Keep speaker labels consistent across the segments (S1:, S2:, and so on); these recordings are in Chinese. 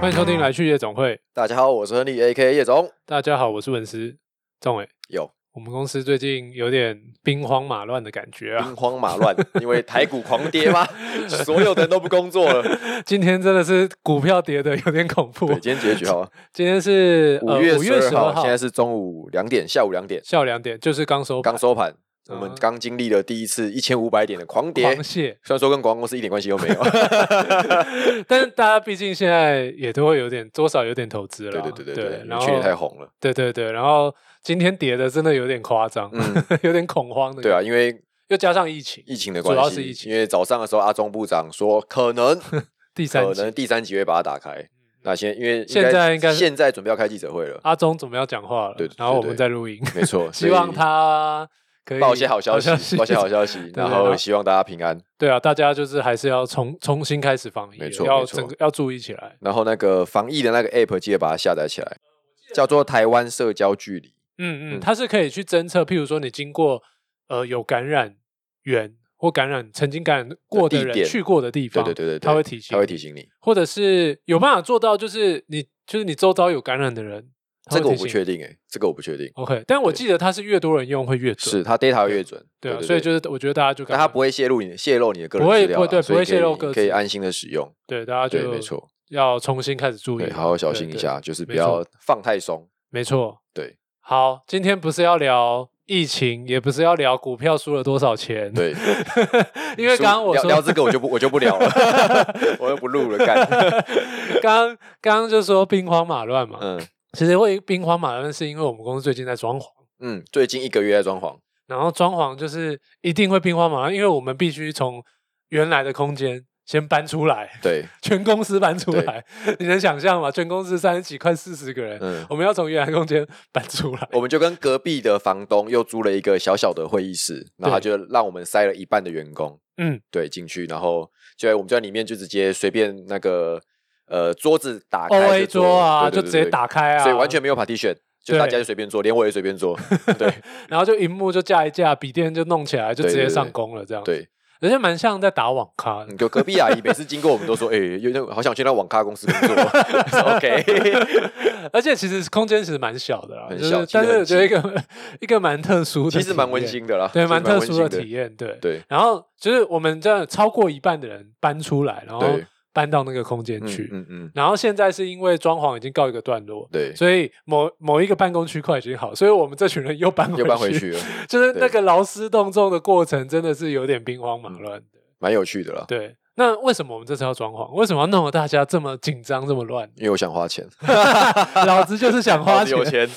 S1: 欢迎收听来去夜总会。
S2: 大家好，我是亨利 A.K. 叶总。
S1: 大家好，我是文思仲伟。
S2: 有
S1: 我们公司最近有点兵荒马乱的感觉啊
S2: 兵，荒马 乱，因为台股狂跌嘛，所有的人都不工作了。
S1: 今天真的是股票跌的有点恐怖
S2: 对，。今天几月几号啊？
S1: 今天是
S2: 五
S1: 呃
S2: 月
S1: 五月
S2: 十
S1: 十
S2: 二
S1: 二
S2: 号，现在是中午两点，下午两点，
S1: 下午两点，就是刚收
S2: 刚收盘。
S1: 嗯
S2: 我们刚经历了第一次一千五百点的狂跌，
S1: 狂泻，
S2: 虽然说跟广告公司一点关系都 没有。
S1: 但是大家毕竟现在也都会有点多少有点投资了
S2: 对
S1: 啊，
S2: 对对对对，因
S1: 然后
S2: 为去年太红 了。
S1: 对对对，然后今天跌的真的有点夸张，
S2: 嗯，
S1: 有点恐慌的，
S2: 对啊，，因为
S1: 又加上疫情，
S2: 疫情的
S1: 主要
S2: 关系，
S1: 是疫情
S2: 因为早上的时候，阿中部长说可能
S1: 第三
S2: 可
S1: 集
S2: 能第三集会把它打开。那现因为
S1: 现在应该是
S2: 现在准备要开记者会 了，
S1: 阿忠准备要讲话了，
S2: 对对
S1: 然后我
S2: 对
S1: 们再录音，
S2: 没错，
S1: 希望
S2: 所以
S1: 他可以
S2: 报一些好消息，报一些好消息，
S1: 对
S2: 然
S1: 然后
S2: 后希望大家平安。
S1: 对啊，大家就是还是要重重新开始防疫了，
S2: 没错
S1: 要
S2: 没错
S1: 整个要注意起来。
S2: 然后那个防疫的那个 app 记得把它下载起来，叫做台湾社交距离。
S1: 嗯嗯，
S2: 嗯
S1: 它是可以去侦测，譬如说你经过呃有感染源或感染曾经感染过的
S2: 地
S1: 人
S2: 点
S1: 去过的地
S2: 对
S1: 方，
S2: 对对对对，
S1: 它会提醒，
S2: 它会提，醒你。
S1: 或者是有办法做到，就是你就是你周遭有感染的人，它
S2: 这
S1: 会
S2: 个我
S1: 提
S2: 不
S1: 醒
S2: 确定诶，欸这个我不确定。
S1: OK，但我
S2: 对
S1: 记得它是越多人用会越准，
S2: 是它 data 会越准，
S1: 对啊，所以就是我觉得大家就
S2: 但它
S1: 赶快
S2: 不会泄露你泄露你的个人
S1: 不会
S2: 资料
S1: 不
S2: 啦，
S1: 会对
S2: 所以
S1: 不会泄露
S2: 可以
S1: 个
S2: 可以
S1: 资
S2: 安心的使用。
S1: 对大家
S2: 对，
S1: 就
S2: 没错，
S1: 要重新开始注意
S2: 对，
S1: 了，
S2: 好好小
S1: 对
S2: 心一
S1: 对
S2: 下，就是不
S1: 没错
S2: 要放太松。
S1: 没错，
S2: 对。
S1: 好，今天不是要聊疫情，也不是要聊股票输了多少钱，，
S2: 对，
S1: 因为刚刚我
S2: 聊
S1: 说
S2: 聊这个我就不我就不 聊了，我又不录了，干。
S1: 刚刚刚就说兵荒马乱嘛，
S2: 嗯
S1: 其实会兵荒马乱是因为我们公司最近在装潢，
S2: 嗯，最近一个月在装潢，
S1: 然后装潢就是一定会兵荒马乱，因为我们必须从原来的空间先搬出来，
S2: 对，
S1: 全公司搬出
S2: 对
S1: 来，你能想象吗？全公司三十几快四十个人，
S2: 嗯，
S1: 我们要从原来空间搬出来，
S2: 我们就跟隔壁的房东又租了一个小小的会议室，然后他就让我们塞了一半的员工，
S1: 嗯，
S2: 对，进去，然后就在我们就在里面就直接随便那个呃桌子打
S1: O
S2: 开
S1: A 桌啊，
S2: 对
S1: 就
S2: 对
S1: 直
S2: 对
S1: 接
S2: 对
S1: 打开啊，
S2: 所以完全没有 partition，就
S1: 对
S2: 大家就随便坐，连我也随 便坐，对
S1: 然后就荧幕就架一架，笔电就弄起来，就直
S2: 对对
S1: 接
S2: 对
S1: 上工了这样。，
S2: 对，嗯
S1: 而且蛮像在打网咖的。
S2: 你就隔壁阿姨每次经过我们都说，哎，有点好想去那网咖公司 工作我说，OK，
S1: 而且其实空间其实蛮小的啦，
S2: 很
S1: 就是
S2: 小
S1: 但
S2: 其实
S1: 是
S2: 很
S1: 我觉得一个一个蛮 特殊的，
S2: 其实蛮温，馨的啦，
S1: 对，
S2: 其实
S1: 蛮特
S2: 温馨
S1: 殊的体验，对。
S2: 对
S1: 然后就是我们这样超过一半的人搬出来，然后
S2: 对
S1: 搬到那个空间
S2: 嗯
S1: 去。
S2: 嗯嗯，
S1: 然后现在是因为装潢已经告一个段落，
S2: 对，
S1: 所以某某一个办公区块已经好，所以我们这群人又搬
S2: 嗯又搬回，去了，
S1: 就是那
S2: 对
S1: 个劳师动众的过程真的是有点兵荒马乱。
S2: 蛮有趣的啦，？
S1: 对，那为什么我们这次要装潢？为什么要弄得大家这么紧张、这么乱
S2: 因为我想花钱。
S1: 老子就是想 花钱，
S2: 有钱，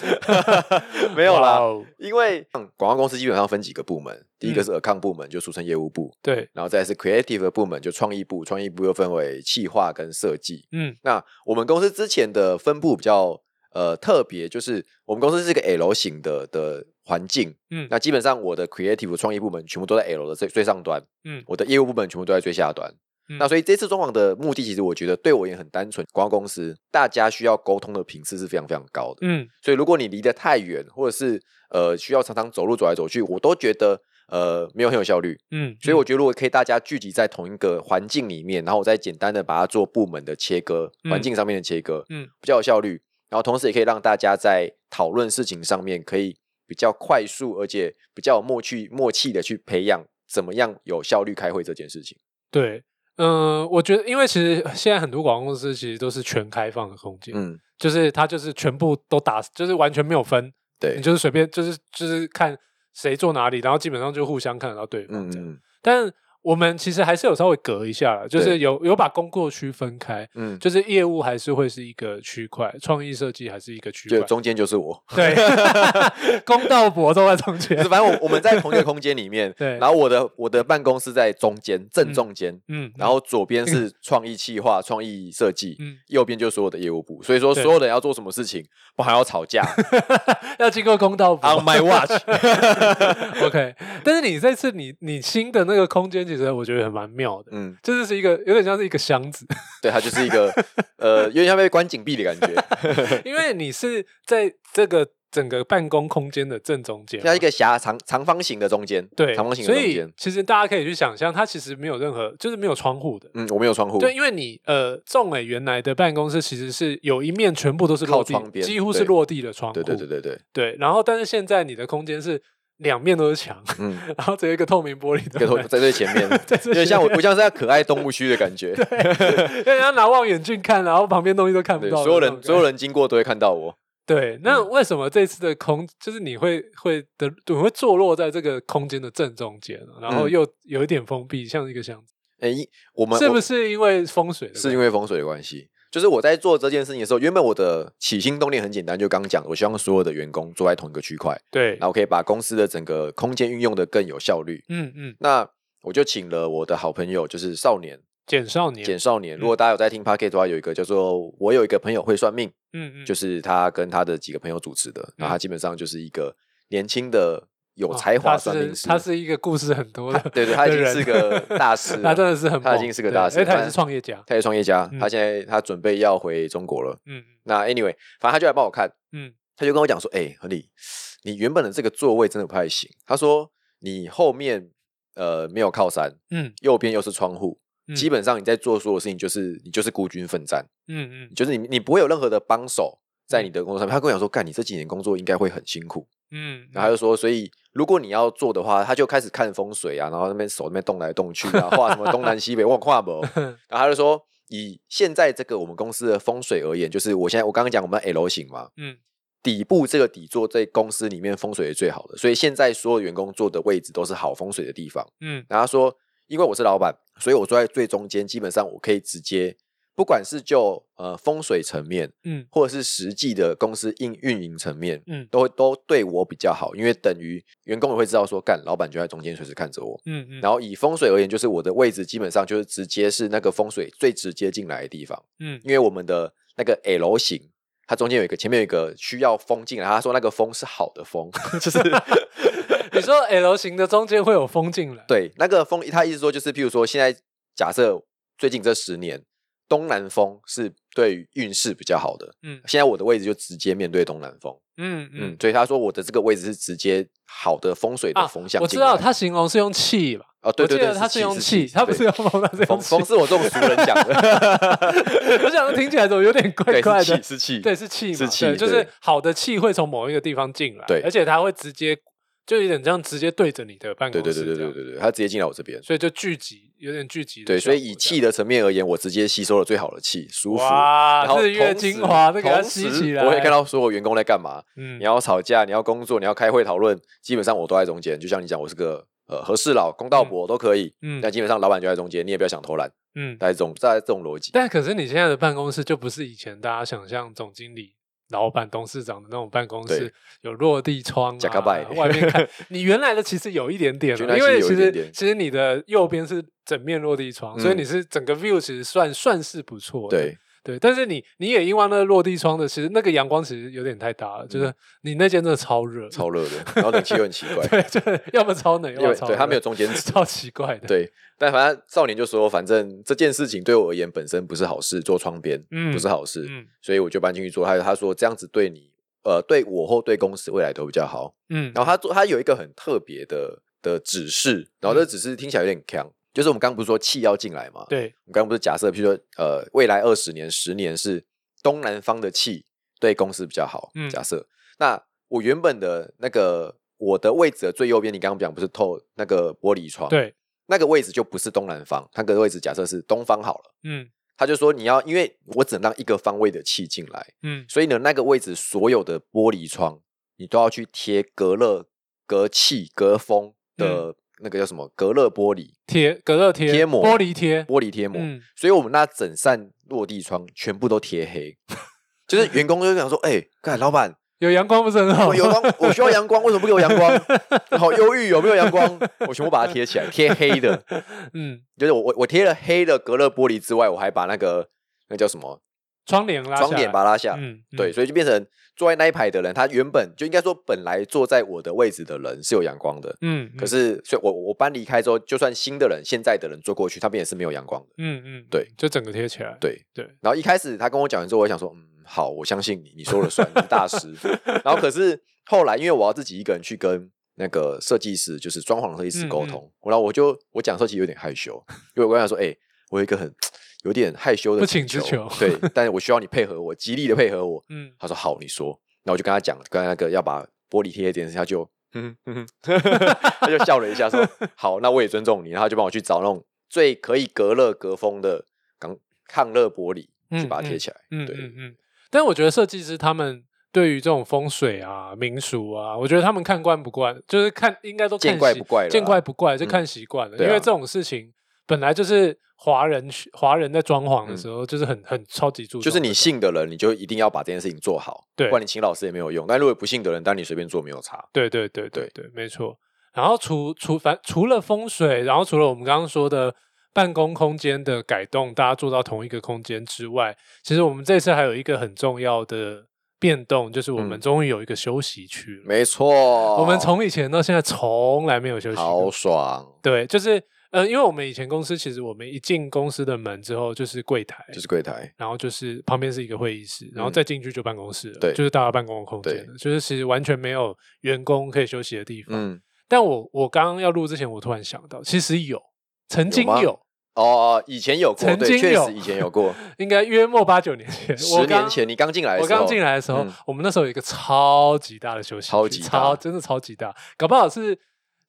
S2: 没有
S1: 哇，
S2: 啦
S1: 哦
S2: 因为嗯广告公司基本上分几个部门，第一个
S1: 嗯
S2: 是 account 部门，就俗称业务部，
S1: 对，
S2: 然后再来是 creative 的部门，就创意部，创意部又分为企划跟设计。
S1: 嗯
S2: 那我们公司之前的分布比较呃特别，就是我们公司是一个 L 型的的环境，
S1: 嗯
S2: 那基本上我的 creative 创意部门全部都在 L 的最最上端，
S1: 嗯
S2: 我的业务部门全部都在最下端。
S1: 嗯
S2: 那所以这次装潢的目的，其实我觉得对我也很单纯。广告公司大家需要沟通的频次是非常非常高的，
S1: 嗯
S2: 所以如果你离得太远，或者是呃需要常常走路走来走去，我都觉得呃没有很有效率。
S1: 嗯，
S2: 所以我觉得如果可以大家聚集在同一个环境里面，然后我再简单的把它做部门的切割，
S1: 嗯
S2: 环境上面的切割，
S1: 嗯
S2: 比较有效率。然后同时也可以让大家在讨论事情上面可以比较快速，而且比较有默契默契的去培养怎么样有效率开会这件事情。
S1: 对，嗯、我觉得，因为其实现在很多广告公司其实都是全开放的空间，
S2: 嗯，
S1: 就是它就是全部都打，就是完全没有分，
S2: 对
S1: 你，就是随便，就是就是看谁坐哪里，然后基本上就互相看得到对方
S2: 嗯
S1: 这样。
S2: 嗯
S1: 但我们其实还是有稍微隔一下啦，就是
S2: 对
S1: 有有把工作区分开，
S2: 嗯，
S1: 就是业务还是会是一个区块，创意设计还是一个区
S2: 就
S1: 块。
S2: 中间就是我。
S1: 对， 公道博都在中
S2: 就
S1: 间，
S2: 是。反正我我们在同一个空间里面
S1: 对
S2: 然后我的我的办公室在中间正中间，
S1: 嗯，
S2: 然后左边是创意企划、创意设计，
S1: 嗯
S2: 右边就是所有的业务部。所以说，
S1: 对
S2: 所有人要做什么事情，不还要 吵架
S1: 要经过
S2: 啊
S1: 公道博。
S2: ？On my watch，
S1: OK，但是你这次你你新的那个空间，其实我觉得很蛮妙的，
S2: 嗯，
S1: 这就是一个有点像是一个箱子，
S2: 对，它就是一个呃，有点像被关紧闭的感觉，
S1: 因为你是在这个整个办公空间的正中间嘛，
S2: 像一个狭长长方形的中间，
S1: 对
S2: 长方形的
S1: 所
S2: 中
S1: 以
S2: 间。
S1: 其实大家可以去想象，它其实没有任何就是没有窗户的。
S2: 嗯，我们有窗户，
S1: 对，因为你呃，众美原来的办公室其实是有一面全部都是落地
S2: 靠窗，边
S1: 几乎是
S2: 对
S1: 落地的窗户。
S2: 对对对对 对，
S1: 对然后，但是现在你的空间是两面都是墙，
S2: 嗯，
S1: 然后只有一个透明玻璃的
S2: 一个头
S1: 门，
S2: 在最前面，
S1: 在这
S2: 有点像我，
S1: 前面
S2: 我像是在可爱动物区的 感觉，
S1: 因为人家拿望远镜看，然后旁边东西都看不
S2: 对，
S1: 到的那种感觉。
S2: 所有人所有人经过都会看到我，
S1: 对，那
S2: 嗯
S1: 为什么这次的空就是你会会的，你会坐落在这个空间的正中间，啊然后
S2: 嗯
S1: 又有一点封闭，像一个箱子，
S2: 哎，一我们
S1: 是不
S2: 我
S1: 是因为风水的关系？
S2: 是因为风水的关系？就是我在做这件事情的时候，原本我的起心动念很简单，就刚讲，我希望所有的员工坐在同一个区块，
S1: 对
S2: 然，后可以把公司的整个空间运用的更有效率。
S1: 嗯嗯，
S2: 那我就请了我的好朋友，就是少年
S1: 简少年，嗯
S2: 简少年。如果大家有在听 p o c k e t 的话，有一个叫做“我有一个朋友会算命
S1: 嗯嗯，”，嗯
S2: 就是是他跟他的几个朋友主持的。然后他基本上就是一个年轻的有才华算命师，
S1: 哦他是一个故事很多的人，
S2: 对对，他已经是个大师了，
S1: 他真的是很猛，
S2: 他已经是个大师，
S1: 对因为哎他也
S2: 但
S1: 是创业家，
S2: 他也是创业家
S1: 嗯。
S2: 他现在他准备要回中国了。
S1: 嗯嗯
S2: 那 anyway，反正他就来帮我看，
S1: 嗯，
S2: 他就跟我讲说：“哎、何理，你原本的这个座位真的不太行。”他说：“你后面呃没有靠山，
S1: 嗯
S2: 右边又是窗户，
S1: 嗯
S2: 基本上你在做所有事情就是你就是孤军奋战，
S1: 嗯嗯
S2: 就是你你不会有任何的帮手在你的工作上面。他跟我讲说：“干，你这几年工作应该会很辛苦。”
S1: 嗯，
S2: 然后他就说：“所以如果你要做的话，他就开始看风水啊，然后那边手那边动来动去啊，画什么东南西北，我画 不。”然后他就说：“以现在这个我们公司的风水而言，就是我现在我刚刚讲我们 L 型嘛，
S1: 嗯
S2: 底部这个底座在公司里面风水是最好的，所以现在所有员工坐的位置都是好风水的地方。
S1: 嗯
S2: 然后他说，因为我是老板，所以我坐在最中间，基本上我可以直接，不管是就呃风水层面，
S1: 嗯
S2: 或者是实际的公司运运营层面，
S1: 嗯
S2: 都会都对我比较好，因为等于员工也会知道说，干老板就在中间随时看着我。
S1: 嗯嗯，
S2: 然
S1: 后
S2: 后以风水而言，就是我的位置基本上就是直接是那个风水最直接进来的地方。
S1: 嗯
S2: 因为我们的那个 L 型，它中间有一个前面有一个需要风进来，他说那个风是好的风，就是
S1: 你说 L 型的中间会有风进来，
S2: 对那个风，他意思说就是，譬如说现在假设最近这十年东南风是对于运势比较好的，
S1: 嗯
S2: 现在我的位置就直接面对东南风，
S1: 嗯嗯
S2: 嗯，，所以他说我的这个位置是直接好的风水的
S1: 啊
S2: 风向
S1: 我
S2: 进
S1: 知
S2: 来、
S1: 道他形容是用气吧。
S2: 哦，对对
S1: 我
S2: 对，
S1: 记得他
S2: 是
S1: 用
S2: 气，
S1: 气，他不是
S2: 对
S1: 用风，他是用
S2: 风
S1: 气
S2: 风。是我这种俗人讲的，
S1: 我想听起来怎么有点怪
S2: 对，
S1: 怪
S2: 是气
S1: 的？
S2: 是气，
S1: 对，是气嘛，
S2: 是气
S1: 对就是
S2: 对
S1: 好的气会从某一个地方进来，
S2: 对
S1: 而且它会直接，就有点这样直接对着你的办公
S2: 对
S1: 室，
S2: 对对对对，对对，他直接进来我这边。
S1: 所以就聚集，有点聚集的
S2: 对，
S1: 效果这
S2: 所
S1: 样。
S2: 以以气的层面而言，我直接吸收了最好的气，舒服。
S1: 哇
S2: 然后
S1: 日月
S2: 同时
S1: 精华都给它
S2: 同
S1: 吸
S2: 时
S1: 起
S2: 我会
S1: 来
S2: 看到所有员工在干嘛。
S1: 嗯，
S2: 你要吵架，你要工作，你要开会讨论，基本上我都在中间。就像你讲，我是个呃和事佬、公道伯都可以。
S1: 嗯
S2: 嗯，但基本上老板就在中间，你也不要想偷懒。
S1: 嗯，
S2: 大概这种，大概这种逻辑。
S1: 但可是你现在的办公室就不是以前大家想象总经理、老板、董事长的那种办公室
S2: 对，
S1: 有落地窗
S2: 假
S1: 啊
S2: 卡拜，
S1: 外面 看。你原来的其实有一点点了，
S2: 原来
S1: 因
S2: 其实
S1: 为
S2: 有
S1: 其
S2: 一点
S1: 实
S2: 点
S1: 其实你的右边是整面落地窗，
S2: 嗯
S1: 所以你是整个 view 其实算算是不错的。
S2: 对，
S1: 对，但是你你也因为那个落地窗的，其实那个阳光其实有点太大了，就是你那间真的超热，
S2: 嗯超热的，然后冷气又很奇 怪，
S1: 对，就是要么超冷，要
S2: 因
S1: 么
S2: 为
S1: 超
S2: 对他没有
S1: 热
S2: 中间值。
S1: 超奇怪的。
S2: 对，但反正少年就说，反正这件事情对我而言本身不是好事，做窗边
S1: 嗯
S2: 不是好事，
S1: 嗯
S2: 所以我就搬进去做。他他说这样子对你，呃，对我或对公司未来都比较好。
S1: 嗯，
S2: 然后他做他有一个很特别的的指示，然后这指示听起来有点强，就是我们刚刚不是说气要进来嘛？，
S1: 嗯对，
S2: 我们刚刚不是假设，譬如说呃，未来二十年、十年是东南方的气对公司比较好，
S1: 嗯
S2: 假设那我原本的那个我的位置的最右边，你刚刚讲不是透那个玻璃窗？，
S1: 对，
S2: 那个位置就不是东南方，那个位置假设是东方好了。
S1: 嗯
S2: 他就说你要，因为我只能让一个方位的气进来，
S1: 嗯
S2: 所以呢，那个位置所有的玻璃窗，你都要去贴隔热、隔气、隔风
S1: 嗯
S2: 的那个叫什么隔热玻璃
S1: 贴隔热贴
S2: 贴膜
S1: 玻璃贴，
S2: 玻璃贴膜。
S1: 嗯
S2: 所以我们那整扇落地窗全部都贴黑，就是员工就想说：“哎、看老板，
S1: 有阳光不是很好
S2: 我
S1: 吗？
S2: 哦有光，我需要阳光，为什么不给我阳光？好忧郁，有没有阳光？我全部把它贴起来，贴黑的。
S1: 嗯，
S2: 就是我我我贴了黑的隔热玻璃之外，我还把那个那叫什么
S1: 窗帘拉下来
S2: 窗帘把它拉下。
S1: 嗯，嗯
S2: 对，，所以就变成坐在那一排的人，他原本就应该说本来坐在我的位置的人是有阳光的，
S1: 嗯，
S2: 可是所以我我搬离开之后，就算新的人现在的人坐过去，他们也是没有阳光的。
S1: 嗯，嗯嗯，
S2: 对，
S1: 就整个贴起来，
S2: 对
S1: 对
S2: 然后一开始他跟我讲完之后，我想说，嗯，好，我相信你，你说了算，你是大师。然后可是后来，因为我要自己一个人去跟那个设计师，就是装潢设
S1: 嗯
S2: 计师沟通，然后我就我讲的时候其实有点害羞，因为我跟他说，哎、我有一个很有点害羞的
S1: 不请之
S2: 求
S1: 求，
S2: 对，但是我需要你配合我，极力的配合我。
S1: 嗯，
S2: 他说好，你说。然后我就跟他讲，跟他那个要把玻璃贴一点，他就。嗯嗯， 他就笑了一下， 说：“好，那我也尊重你。”然后他就帮我去找那种最可以隔热隔风的抗抗热玻璃，去
S1: 嗯
S2: 把它贴起来。
S1: 嗯
S2: 对
S1: 嗯嗯。但我觉得设计师他们对于这种风水啊、民俗啊，我觉得他们看惯不惯，就是看应该都看
S2: 见怪
S1: 习
S2: 不怪了啦
S1: 见怪不怪就
S2: 嗯
S1: 看习惯了。
S2: 对
S1: 因为
S2: 啊
S1: 这种事情本来就是华人华人在装潢的时候，就是很很超级注重这
S2: 嗯就
S1: 种，
S2: 是你信的人，你就一定要把这件事情做好，
S1: 对
S2: 不然你请老师也没有用。但如果不信的人，当然你随便做没有差。
S1: 对对对对对，没错。然后除除反除了风水，然后除了我们刚刚说的办公空间的改动，大家做到同一个空间之外，其实我们这次还有一个很重要的变动，就是我们
S2: 嗯
S1: 终于有一个休息区了。
S2: 没错，
S1: 我们从以前到现在从来没有休息
S2: 好
S1: 过。
S2: 爽，
S1: 对，就是呃，因为我们以前公司其实我们一进公司的门之后就是柜台，
S2: 就是柜台，
S1: 然后就是旁边是一个会议室，然后
S2: 嗯
S1: 再进去就办公室了，
S2: 对
S1: 就是大家办公的空间
S2: 对
S1: 了，就是其实完全没有员工可以休息的地方。
S2: 嗯，
S1: 但我我刚刚要录之前，我突然想到，其实有，曾经
S2: 吗
S1: 有，
S2: 哦哦，以前有过，
S1: 曾
S2: 对，
S1: 经
S2: 确
S1: 有
S2: 实以前 有过，
S1: 应该约莫八九年前，我
S2: 十
S1: 刚
S2: 年前你刚进来的
S1: 我
S2: 时候，
S1: 刚进来的时候，
S2: 嗯
S1: 我们那时候有一个超级大的休息区，
S2: 超级大
S1: 超真的超级大，搞不好是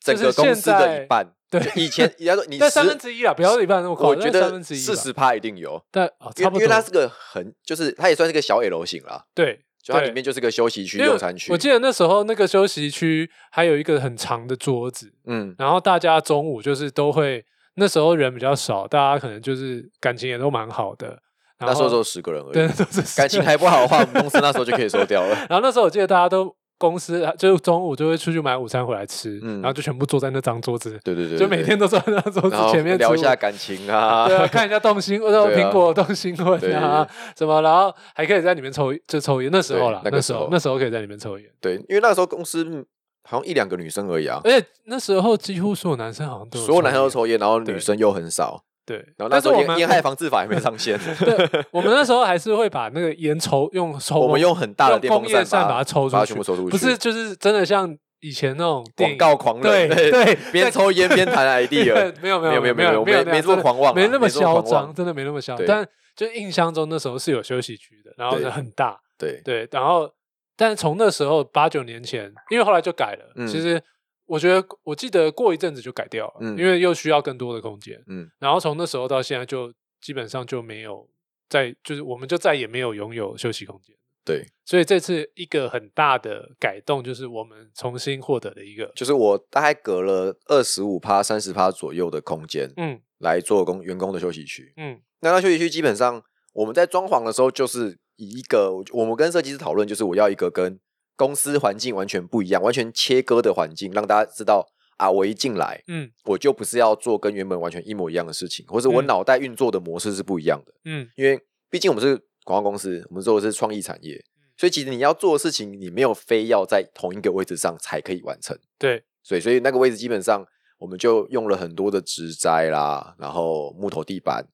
S2: 整个公司的一。半，
S1: 对
S2: 就 以前人家说你
S1: 在三分
S2: 十，
S1: 之一啦，不要一半那么快，
S2: 我觉
S1: 三
S2: 得
S1: 分之一吧
S2: 四十趴一定有，
S1: 但哦，差
S2: 因为
S1: 不多
S2: 因为它是个很，就是它也算是个小 L 型啦，
S1: 对，
S2: 就它
S1: 对
S2: 里面就是个休息区、
S1: 因为
S2: 用餐区
S1: 我。记得那时候那个休息区还有一个很长的桌子，
S2: 嗯，
S1: 然后大家中午就是都会，那时候人比较少，大家可能就是感情也都蛮好的。然
S2: 那时
S1: 后
S2: 候只有十个人而
S1: 对，
S2: 已
S1: 那，时候是
S2: 感情还不好的话，我们公司那时候就可以收掉了。
S1: 然后那时候我记得大家都公司就是中午就会出去买午餐回来吃，
S2: 嗯
S1: 然后就全部坐在那张桌子，
S2: 对对对，
S1: 就每天都坐在那张桌
S2: 对对然
S1: 子
S2: 后
S1: 前面
S2: 聊
S1: 吃
S2: 一下
S1: 午
S2: 感情 啊，
S1: 对啊，看一下动新，呃，
S2: 对啊
S1: 苹果动新闻
S2: 对对
S1: 啊
S2: 对，
S1: 什么，然后还可以在里面抽就抽烟，那时候啦，
S2: 对那个
S1: 那时
S2: 时
S1: 候
S2: 候
S1: 那时候可以在里面抽烟，
S2: 对因为那个时候公司好像一两个女生而已啊，
S1: 而且那时候几乎所有男生好像都
S2: 所有男生都
S1: 烟，
S2: 抽烟，然后
S1: 对
S2: 女生又很少，
S1: 对，
S2: 然后那
S1: 但是
S2: 时候
S1: 我
S2: 烟
S1: 们
S2: 烟害防治法还没上线，
S1: 对，我们那时候还是会把那个烟抽用抽，
S2: 我们用很大的电
S1: 用
S2: 风
S1: 工业扇
S2: 把
S1: 把它抽出去
S2: 把它全部抽出去，
S1: 不是就是真的像以前那种电
S2: 广
S1: 影
S2: 告狂
S1: 对
S2: 人，
S1: 对，
S2: 边抽烟 边谈 idea，
S1: 对没有没
S2: 没
S1: 没
S2: 有没有
S1: 没
S2: 没有
S1: 有
S2: 没
S1: 有
S2: 没这么
S1: 真的
S2: 狂妄啊
S1: 没那么
S2: 没这么
S1: 嚣
S2: 狂妄
S1: 张，真的没那么嚣张。
S2: 对
S1: 但就印象中那时候是有休息区的，然后
S2: 对
S1: 很大，
S2: 对，
S1: 对，然后但是从那时候八九年前，因为后来就改了，
S2: 嗯
S1: 其实。我觉得，我记得过一阵子就改掉了，
S2: 嗯
S1: 因为又需要更多的空间。
S2: 嗯，
S1: 然后从那时候到现在，就基本上就没有再，就是我们就再也没有拥有休息空间。
S2: 对，
S1: 所以这次一个很大的改动，就是我们重新获得了一个，
S2: 就是我大概隔了二十五趴、三十趴左右的空间
S1: 嗯
S2: 来做工员工的休息区。
S1: 嗯
S2: 那那休息区基本上我们在装潢的时候，就是以一个我我们跟设计师讨论，就是我要一个跟公司环境完全不一样、完全切割的环境，让大家知道啊，我一进来
S1: 嗯
S2: 我就不是要做跟原本完全一模一样的事情，或者我
S1: 嗯
S2: 脑袋运作的模式是不一样的。
S1: 嗯
S2: 因为毕竟我们是广告公司，我们做的是创意产业，
S1: 嗯
S2: 所以其实你要做的事情，你没有非要在同一个位置上才可以完成。
S1: 对，
S2: 所以所以那个位置基本上我们就用了很多的植栽啦，然后木头地板，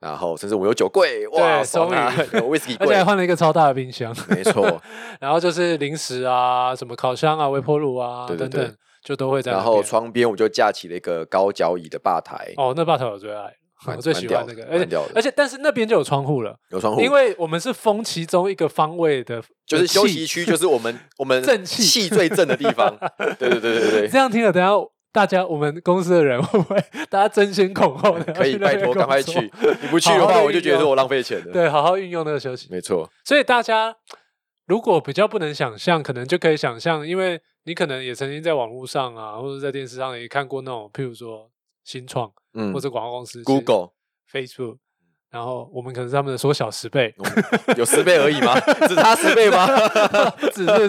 S2: 然后甚至我们有酒柜，哇，
S1: 嗯对
S2: 爽啊，
S1: 终于
S2: 有威士忌
S1: 而且
S2: 柜
S1: 还，换了一个超大的冰 箱，
S2: 没 错。
S1: 然后就是零食啊、什么烤箱啊、微波炉啊
S2: 对对
S1: 等等
S2: 对，
S1: 就都会在那
S2: 然
S1: 边。
S2: 后窗边我们就架起了一个高脚椅的吧台，
S1: 哦，那霸头我最爱，
S2: 蛮
S1: 我最喜欢那个，
S2: 蛮
S1: 而且
S2: 屌的蛮屌的
S1: 而且但是那边就有窗户了，
S2: 有窗户，
S1: 因为我们是封其中一个方位的，
S2: 就是休
S1: 气
S2: 息区，就是我们我们
S1: 正气
S2: 气最正的地 方。对对对对
S1: 这
S2: 对。
S1: 样听了，等一下大家我们公司的人会不会大家争先恐后的？
S2: 可以拜托，赶快去！你不去
S1: 好
S2: 的
S1: 好
S2: 话，
S1: 地
S2: 我就
S1: 运
S2: 觉得
S1: 用
S2: 我浪费钱 了。
S1: 对，好好运用那个休息。
S2: 没错，
S1: 所以大家如果比较不能想象，可能就可以想象，因为你可能也曾经在网络上啊，或者在电视上也看过那种，譬如说新创
S2: 嗯
S1: 或者广告公司、
S2: ，Google
S1: Facebook，然后我们可能是他们的缩小十倍。
S2: 有十倍而已吗？只差十倍吗？
S1: 只是不是？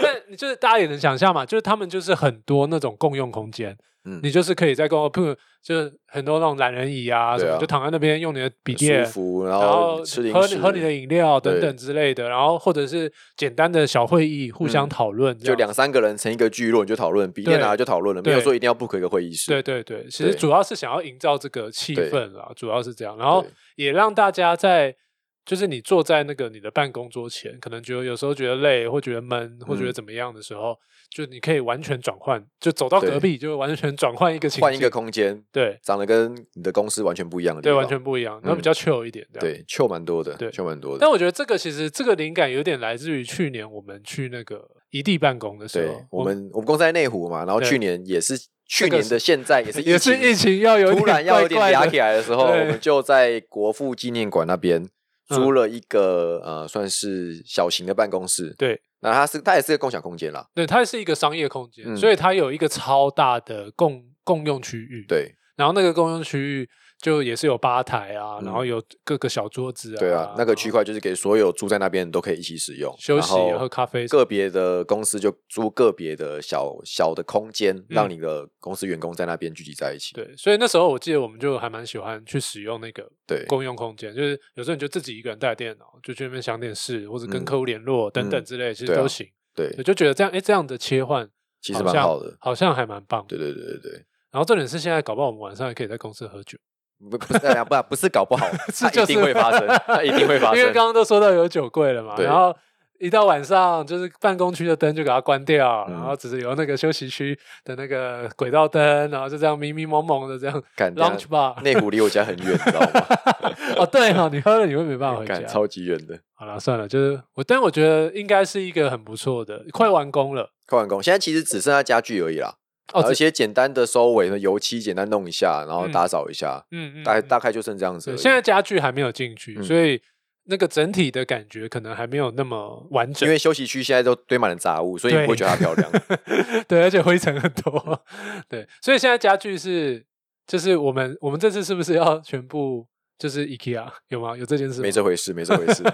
S1: 那你就是大家也能想象嘛，就是他们就是很多那种共用空间，
S2: 嗯，
S1: 你就是可以在公共，譬如就是很多那种懒人椅啊什
S2: 对
S1: 么，
S2: 啊
S1: 就躺在那边用你的笔
S2: 很
S1: 电
S2: 舒，服，然
S1: 然后
S2: 后吃零
S1: 喝
S2: 食，
S1: 你喝你的饮料啊等
S2: 对
S1: 等之类的，然后或者是简单的小会议，互相
S2: 嗯
S1: 讨论这
S2: 就
S1: 样子，
S2: 两三个人成一个聚落，你就讨论，笔电拿来就讨论了，没有
S1: 对
S2: 说一定要 book 一个会议室。
S1: 对对对，其实
S2: 对
S1: 主要是想要营造这个气
S2: 对
S1: 氛啦，主要是这样，然后
S2: 对
S1: 也让大家在就是你坐在那个你的办公桌前，可能觉得有时候觉得累，或觉得闷，或觉得
S2: 嗯
S1: 怎么样的时候，就你可以完全转换，就走到隔
S2: 对
S1: 壁，就完全转换一个情
S2: 换一个
S1: 境
S2: 空间，
S1: 对
S2: 长得跟你的公司完全不一样的地
S1: 对，
S2: 方，
S1: 完全不一样，那比
S2: 嗯
S1: 较 chill 一点，这样。
S2: 对，就蛮多的，
S1: 对
S2: 就蛮多的。
S1: 但我觉得这个其实这个灵感有点来自于去年我们去那个一地办公的时
S2: 对
S1: 候，，
S2: 我们我们公司在内湖嘛，然后
S1: 对
S2: 去年也是去
S1: 个
S2: 年的现在也是
S1: 也是疫
S2: 情
S1: 情要有
S2: 突然要有点
S1: 怪
S2: 压
S1: 怪
S2: 起
S1: 的，
S2: 来的时候，我
S1: 对
S2: 们就在国父纪念馆那边租
S1: 嗯
S2: 了一个呃，算是小型的办公室。
S1: 对。
S2: 那它是它也是个共享空间啦，
S1: 对，它是一个商业空间，
S2: 嗯
S1: 所以它有一个超大的共共用区域。，
S2: 对
S1: 然后那个共用区域就也是有吧台啊，
S2: 嗯
S1: 然后有各个小桌子啊。
S2: 对啊，那个区
S1: 然后
S2: 块就是给所有住在那边的人都可以一起使用
S1: 休息、
S2: 然后
S1: 喝咖啡。
S2: 个别的公司就租个别的小小的空间，让你的公司员工在那边聚集在一起。
S1: 嗯对，所以那时候我记得我们就还蛮喜欢去使用那个
S2: 对
S1: 公用空间，就是有时候你就自己一个人带电脑，就去那边想点事，或者跟
S2: 嗯
S1: 客户联络等等
S2: 嗯
S1: 之类，其实
S2: 对啊
S1: 都行。
S2: 对
S1: 我就觉得这样，哎，这样的切换
S2: 其实
S1: 好
S2: 蛮
S1: 像
S2: 好的。
S1: 好像还蛮棒的。
S2: 对对对对对，
S1: 然后重点是现在搞不好我们晚上也可以在公司喝酒，，
S2: 不 不是大家不不是搞不好
S1: 是
S2: 它
S1: 就
S2: 一
S1: 是
S2: 定会发生，它一定会发
S1: 因为
S2: 生。
S1: 刚刚都说到有酒柜了嘛，
S2: 对
S1: 然后一到晚上就是办公区的灯就给它关掉，
S2: 嗯
S1: 然后只留那个休息区的那个轨道灯，然后就这样迷迷蒙蒙的这 样
S2: 干
S1: lunch bar
S2: 内湖离我家很远，你知道吗？
S1: 哦，对哦，你喝了你会没办法回
S2: 干
S1: 家。
S2: 超级远的。
S1: 好了，算了，就是我，但我觉得应该是一个很不错的，快完工了
S2: 快完工，现在其实只剩下家具而已啦，
S1: 哦，
S2: 而
S1: 只
S2: 且简单的收尾，油漆简单弄一下，然后打扫一下，
S1: 嗯嗯，
S2: 大概
S1: 嗯
S2: 哎大概就剩这样子而
S1: 对
S2: 已。
S1: 现在家具还没有进去，
S2: 嗯
S1: 所以那个整体的感觉可能还没有那么完整
S2: 因。为休息区现在都堆满了杂物，所以你
S1: 对
S2: 不会觉得它漂 亮。
S1: 对，而且灰尘很多，对，所以现在家具是，就是我们我们这次是不是要全部就是 IKEA 有吗？有这件事吗？
S2: 没这回事，没这回事。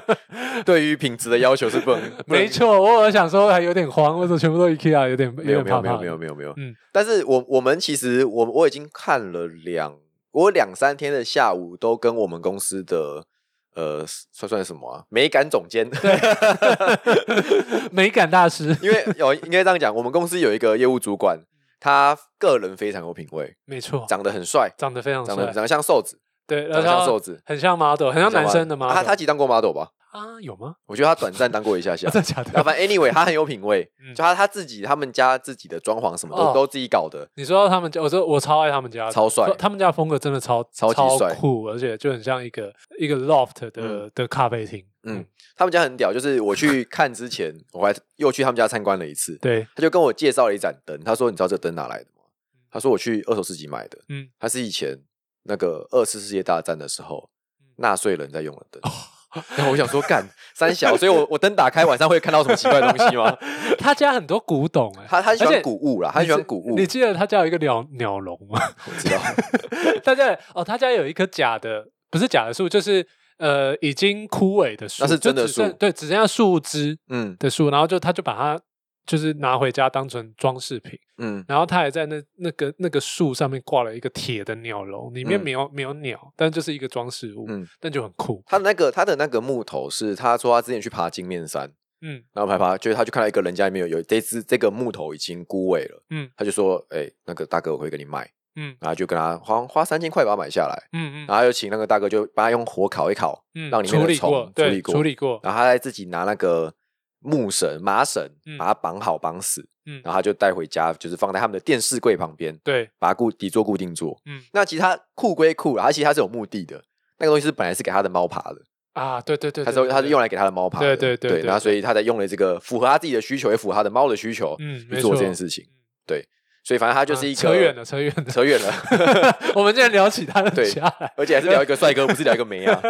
S2: 对于品质的要求是 不能，不能
S1: 没错，我有想说还有点慌，我说全部都 IKEA 有点
S2: 没有
S1: 点
S2: 没
S1: 怕
S2: 有没
S1: 怕
S2: 有没有没有没有。
S1: 嗯
S2: 但是我我们其实我我已经看了两我两三天的下午都跟我们公司的呃算算什么啊美感总监对，
S1: 有， 美感大师，
S2: 因为有应该这样讲，我们公司有一个业务主
S1: 嗯
S2: 管，他个人非常有品味，
S1: 没错，
S2: 长得很帅，
S1: 长得非常
S2: 长得
S1: 哦帅
S2: 长，得像瘦子，
S1: 对，
S2: 长
S1: 然
S2: 得像
S1: 后
S2: 瘦子，
S1: 很像 model，很像男生的
S2: 啊
S1: model，
S2: 他他其实当过 model 吧？
S1: 啊有吗？
S2: 我觉得他短暂当过一下 下
S1: 啊。真的假
S2: 啊，
S1: 的？
S2: 反正 anyway，他很有品味，
S1: 嗯
S2: 就他他自己他们家自己的装潢什么都、
S1: 哦
S2: 都自己搞的，
S1: 你说到他们家，我说我超爱他们家的，
S2: 超帅
S1: 他们家的风格真的超
S2: 超级帅
S1: 酷，而且就很像一个一个 loft 的
S2: 嗯
S1: 的咖啡厅，
S2: 嗯，他们家很屌，就是我去看之前，我还又去他们家参观了一次，
S1: 对，
S2: 他就跟我介绍了一盏灯，他说你知道这灯哪来的吗？他说我去二手市集买的，
S1: 嗯
S2: 嗯，它是以前那个二次世界大战的时候纳粹人在用的灯。然后我想说，干 三小，所以我我灯打开晚上会看到什么奇怪的东西吗？
S1: 他家很多古董哎、
S2: 他他喜
S1: 而且
S2: 欢古物啦，他喜欢古物，
S1: 你记得他家有一个鸟鸟笼吗？
S2: 我知道，
S1: 他家哦，他家有一棵假的，不是假的树，就是呃已经枯萎的树，
S2: 那是真的
S1: 就只剩
S2: 树
S1: 对，只剩下树枝
S2: 嗯
S1: 的树，然后就他就把它就是拿回家当成装饰品，
S2: 嗯，
S1: 然后他还在那那个那个树上面挂了一个铁的鸟笼，里面
S2: 嗯
S1: 没有、没有鸟，但就是一个装饰物，
S2: 嗯
S1: 但就很酷，
S2: 他的那个他的那个木头是他说他之前去爬金面山，
S1: 嗯
S2: 然后爬爬，就是他就看到一个人家里面有有这只这个木头已经枯萎了，
S1: 嗯
S2: 他就说，哎、那个大哥我会给你买，
S1: 嗯
S2: 然后就跟他花花三千块把它买下来，
S1: 嗯嗯
S2: 然后又请那个大哥就把它用火烤一烤，
S1: 嗯，
S2: 啊让里面
S1: 处
S2: 的
S1: 理
S2: 虫
S1: 过，
S2: 处
S1: 对，
S2: 理过
S1: 处理过，
S2: 然后他再自己拿那个木绳麻绳
S1: 嗯
S2: 把它绑好绑死，
S1: 嗯
S2: 然后他就带回家，就是放在他们的电视柜旁边，
S1: 对，
S2: 把它固底座固定住。
S1: 嗯
S2: 那其实它酷归酷啦，它其实它是有目的的。那个东西是本来是给它的猫爬的，
S1: 啊，对对对，
S2: 它
S1: 对
S2: 是
S1: 对
S2: 它是
S1: 对
S2: 用来给它的猫爬的，
S1: 对对对
S2: 对。
S1: 对
S2: 然后所
S1: 对
S2: 以它才用了这个符合它自己的需求，也符合它的猫的需求
S1: 嗯没
S2: 去做
S1: 错
S2: 这件事情
S1: 嗯。
S2: 对，所以反正它就是一个
S1: 啊扯远了，扯远了，
S2: 扯远了，
S1: 我们竟然聊起他的
S2: 对
S1: 家来，
S2: 而且还是聊一个帅哥，不是聊一个 美啊，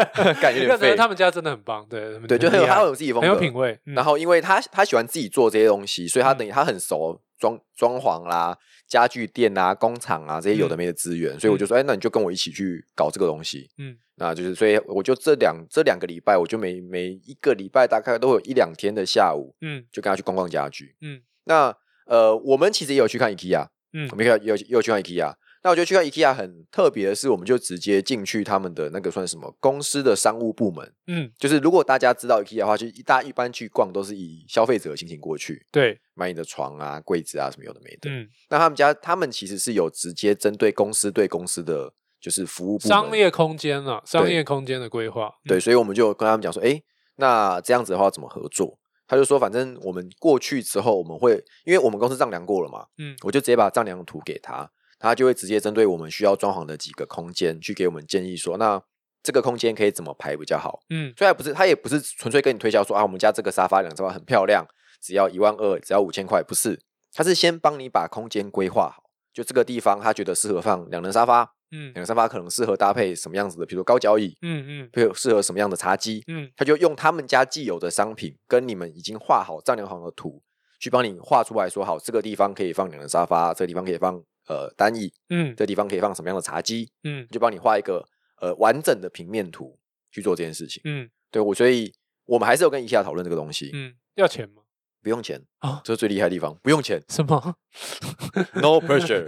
S2: 感觉有
S1: 那
S2: 点
S1: 可能
S2: 废
S1: 他。们家真的很棒，对，他们
S2: 对，就很
S1: 很
S2: 有
S1: 厉害
S2: 他有自己风
S1: 很
S2: 格，
S1: 有品味。嗯
S2: 然后因为他他喜欢自己做这些东西，所以他等于他很熟装装潢啦、家具店啊、工厂啊这些有的没的资源，所以我就说，哎，那你就跟我一起去搞这个东西。
S1: 嗯，
S2: 那就是，所以我就这两这两个礼拜，我就每每一个礼拜大概都有一两天的下午，
S1: 嗯
S2: 就跟他去逛逛家具。
S1: 嗯，
S2: 那呃，我们其实也有去看 IKEA，
S1: 嗯
S2: 我们也有也有也有去看 IKEA。那我觉得去看 IKEA 很特别的是，我们就直接进去他们的那个算什么公司的商务部门，
S1: 嗯，
S2: 就是如果大家知道 IKEA 的话，就大家一般去逛都是以消费者的心情过去，
S1: 对，
S2: 买你的床啊、柜子啊什么有的没的。
S1: 嗯，
S2: 那他们家他们其实是有直接针对公司对公司的就是服务部门
S1: 商业空间啊，商业空间的规划，
S2: 对，
S1: 嗯，
S2: 所以我们就跟他们讲说，诶，那这样子的话怎么合作？他就说，反正我们过去之后，我们会因为我们公司丈量过了嘛，
S1: 嗯
S2: 我就直接把丈量图给他，他就会直接针对我们需要装潢的几个空间去给我们建议说，那这个空间可以怎么排比较好？
S1: 嗯
S2: 所以他不是他也不是纯粹跟你推销说啊，我们家这个沙发两张很漂亮，只要一万二，只要五千块，不是，他是先帮你把空间规划好，就这个地方他觉得适合放两人沙发，
S1: 嗯
S2: 两人沙发可能适合搭配什么样子的，比如说高脚椅，
S1: 嗯嗯
S2: 配合适合什么样的茶几，
S1: 嗯
S2: 他就用他们家既有的商品跟你们已经画好、丈量好的图，去帮你画出来说，好，这个地方可以放两人沙发，这个地方可以放呃单椅，
S1: 嗯
S2: 这个地方可以放什么样的茶几，
S1: 嗯
S2: 就帮你画一个呃完整的平面图去做这件事情。
S1: 嗯
S2: 对我，所以我们还是有跟一下讨论这个东西，
S1: 嗯，要钱吗？
S2: 不用钱
S1: 啊
S2: 这是最厉害的地方，不用钱
S1: 什么？
S2: ，no pressure。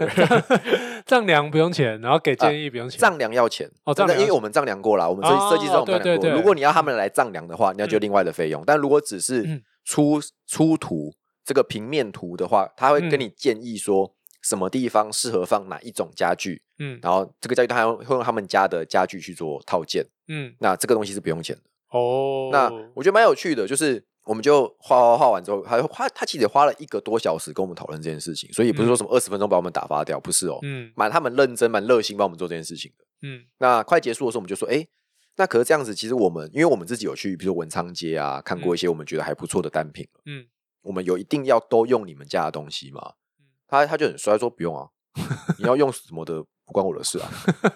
S1: 丈量不用钱，然后给建议不用钱，
S2: 啊丈量要钱
S1: 哦丈量要
S2: 因为我们丈量过了，我们设
S1: 哦
S2: 计设计师我们
S1: 对
S2: 丈
S1: 对
S2: 量过。
S1: 对
S2: 如果你要他们来丈量的话，那就
S1: 嗯
S2: 另外的费用。但如果只
S1: 嗯
S2: 是出出图这个平面图的话，他会
S1: 嗯
S2: 跟你建议说什么地方适合放哪一种家具，
S1: 嗯
S2: 然后这个家具他会用他们家的家具去做套件。
S1: 嗯
S2: 那这个东西是不用钱的。
S1: 哦，
S2: 那我觉得蛮有趣的，就是我们就画画画完之后，他花他其实花了一个多小时跟我们讨论这件事情，所以不是说什么二十分钟把我们打发掉，不是哦，
S1: 嗯
S2: 蛮他们认真蛮热心帮我们做这件事情。
S1: 嗯
S2: 那快结束的时候，我们就说，哎、那可是这样子，其实我们因为我们自己有去，比如说文昌街啊，看过一些我们觉得还不错的单品，
S1: 嗯，
S2: 我们有一定要都用你们家的东西吗？他他就很衰说不用啊， 你要用什么的不关我的事啊。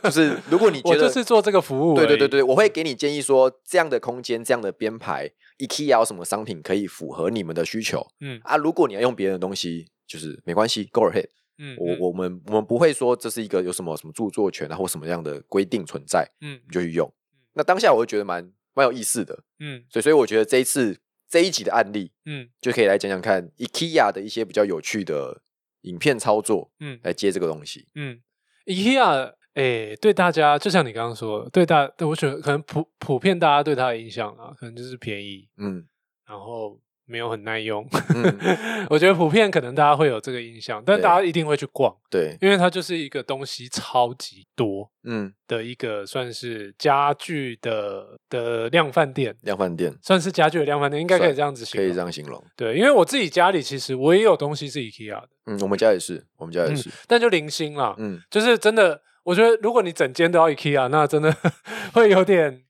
S2: 就是如果你觉
S1: 我
S2: 得
S1: 就是做这个服务而
S2: 对
S1: 已，
S2: 对对对，我会给你建议说，这样的空间、这样的编排，IKEA 啊有什么商品可以符合你们的需求
S1: 嗯
S2: 啊？如果你要用别人的东西，就是没关系，Go ahead。
S1: 嗯，
S2: 我
S1: 嗯
S2: 我们我们不会说这是一个有什么什么著作权啊或什么样的规定存在，
S1: 嗯
S2: 你就去用。那当下我就觉得蛮蛮有意思的，
S1: 嗯
S2: 所以所以我觉得这一次这一集的案例
S1: 嗯
S2: 就可以来讲讲看 IKEA 的一些比较有趣的影片操作
S1: 嗯
S2: 来接这个东西。
S1: 嗯，IKEA，哎，对大家，就像你刚刚说的，对大，对我觉得可能普普遍大家对它的印象啊，可能就是便宜，
S2: 嗯
S1: 然后没有很耐用。
S2: 嗯，
S1: 我觉得普遍可能大家会有这个印象，但
S2: 对
S1: 大家一定会去逛，
S2: 对，
S1: 因为它就是一个东西超级多
S2: 嗯，
S1: 的一个算是家具的的量贩店，
S2: 量贩店
S1: 算是家具的量贩店，应该可以
S2: 算
S1: 这样子形
S2: 可以
S1: 容。
S2: 这样形容。
S1: 对，因为我自己家里其实我也有东西是 IKEA 的，
S2: 嗯，我们家也是，我们家也是。
S1: 但就零星啦，
S2: 嗯，
S1: 就是真的，我觉得如果你整间都要 IKEA，那真的 会有点，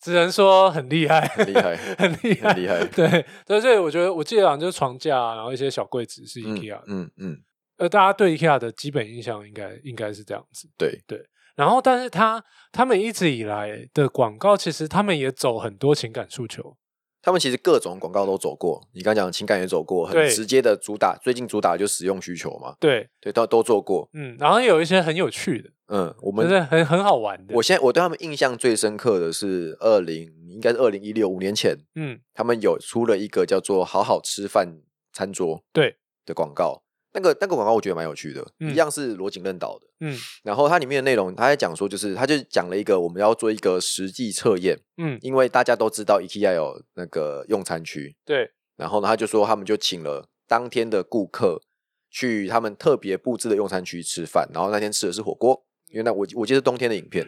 S1: 只能说很厉害，
S2: 很厉害
S1: 很厉害，
S2: 很厉害
S1: 对，对，所以我觉得我记得好像就是床架、啊，然后一些小柜子是 IKEA 的。
S2: 嗯嗯嗯，
S1: 呃，大家对 IKEA 的基本印象应该应该是这样子。
S2: 对，
S1: 然后，但是他他们一直以来的广告，其实他们也走很多情感诉求。
S2: 他们其实各种广告都走过，你刚讲情感也走过，
S1: 对
S2: 很直接的主打，最近主打就是使用需求嘛，
S1: 对，
S2: 对，都都做过。
S1: 嗯，然后有一些很有趣的，
S2: 嗯，我们
S1: 就是很很好玩的。
S2: 我现在我对他们印象最深刻的是二零，应该是二零一六五年前，
S1: 嗯
S2: 他们有出了一个叫做“好好吃饭餐桌”
S1: 对
S2: 的广告。那个那个广告我觉得蛮有趣的，
S1: 嗯
S2: 一样是罗景任导的。
S1: 嗯
S2: 然后它里面的内容，他在讲说，就是他就讲了一个我们要做一个实际测验，
S1: 嗯，
S2: 因为大家都知道 IKEA 有那个用餐区，
S1: 对，
S2: 然后呢，他就说他们就请了当天的顾客去他们特别布置的用餐区吃饭，然后那天吃的是火锅，因为那我我记得是冬天的影片，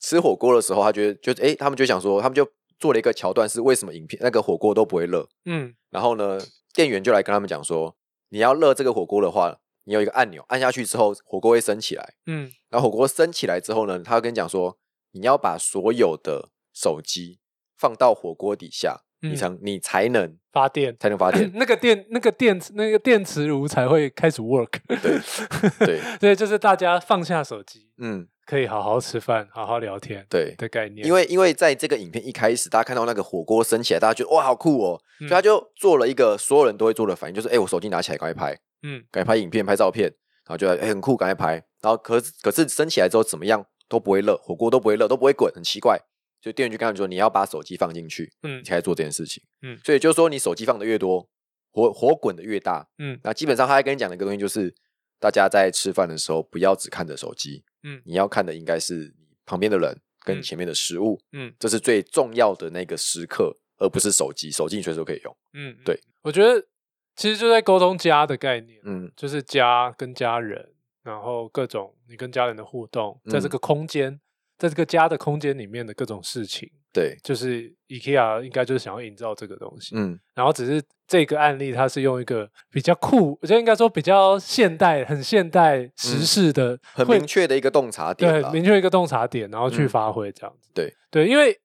S2: 吃火锅的时候，他觉得就诶，他们就想说，他们就做了一个桥段是为什么影片那个火锅都不会热，
S1: 嗯
S2: 然后呢，店员就来跟他们讲说，你要热这个火锅的话，你有一个按钮，按下去之后火锅会升起来，
S1: 嗯
S2: 然后火锅升起来之后呢，他会跟你讲说，你要把所有的手机放到火锅底下，
S1: 嗯
S2: 你才你才能
S1: 发电
S2: 才能 发 电。
S1: 那个电那个电池那个电磁炉才会开始 work。对
S2: 对，
S1: 对，就是大家放下手机，
S2: 嗯，
S1: 可以好好吃饭，好好聊天
S2: 对，
S1: 的概念。
S2: 因为因为在这个影片一开始，大家看到那个火锅升起来，大家觉得哇好酷哦，
S1: 嗯
S2: 所以他就做了一个所有人都会做的反应，就是哎、我手机拿起来赶快拍，
S1: 嗯
S2: 赶快拍影片拍照片，然后就哎、很酷赶快拍，然后可是可是升起来之后怎么样都不会热，火锅都不会热，都不会滚，很奇怪。所以店员就跟他们说，你要把手机放进去，
S1: 嗯
S2: 你才做这件事情。
S1: 嗯
S2: 所以就是说你手机放的越多，火火滚的越大，
S1: 嗯
S2: 那基本上他在跟你讲的一个东西就是，大家在吃饭的时候不要只看着手机，
S1: 嗯
S2: 你要看的应该是你旁边的人跟
S1: 嗯
S2: 你前面的食物，
S1: 嗯
S2: 这是最重要的那个时刻，而不是手机，手机你随时都可以用，
S1: 嗯，嗯
S2: 对，
S1: 我觉得其实就在沟通家的概念，
S2: 嗯，
S1: 就是家跟家人，然后各种你跟家人的互动，在这
S2: 嗯
S1: 个空间，在这个家的空间里面的各种事情，
S2: 对，
S1: 就是 IKEA 应该就是想要营造这个东西，
S2: 嗯
S1: 然后只是这个案例，它是用一个比较酷，我觉得应该说比较现代、很现代时事的，
S2: 很
S1: 会
S2: 明确的一个洞察嗯点
S1: 对
S2: 啦，
S1: 明确一个洞察点，然后去
S2: 嗯
S1: 发挥这样子。
S2: 对
S1: 对，因为